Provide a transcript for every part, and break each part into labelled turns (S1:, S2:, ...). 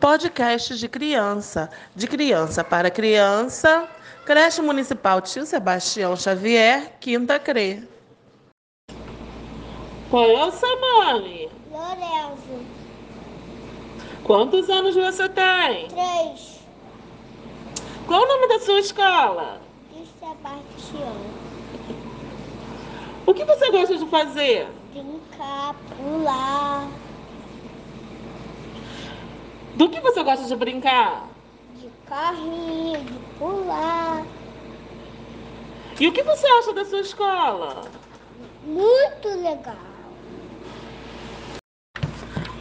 S1: Podcast de criança, de criança para criança, Creche Municipal Tio Sebastião Xavier, Quinta CRE.
S2: Qual é o seu nome?
S3: Lourenço,
S2: Quantos anos você tem?
S3: três
S2: Qual o nome da sua escola?
S3: de Sebastião.
S2: O que você gosta de fazer?
S3: Brincar, pular,
S2: Do que você gosta de brincar?
S3: de carrinho, de pular.
S2: E o que você acha da sua escola?
S3: Muito legal.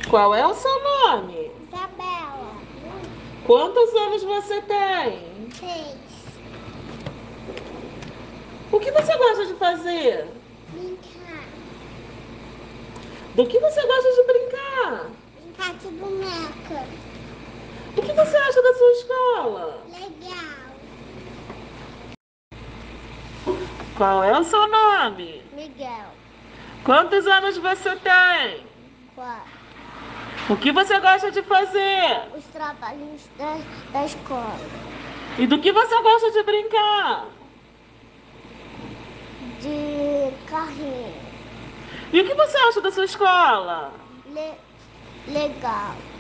S2: Qual é o seu nome?
S3: Isabela,
S2: Quantos anos você tem?
S3: três.
S2: O que você gosta de fazer?
S3: Brincar,
S2: Do que você gosta de brincar?
S3: brincar de boneca.
S2: O que você acha da sua escola?
S3: Legal.
S2: Qual é o seu nome?
S3: Miguel,
S2: Quantos anos você tem?
S3: quatro.
S2: O que você gosta de fazer?
S3: Os trabalhos da, da escola.
S2: E do que você gosta de brincar?
S3: De carrinho.
S2: E o que você acha da sua escola?
S3: Le- legal.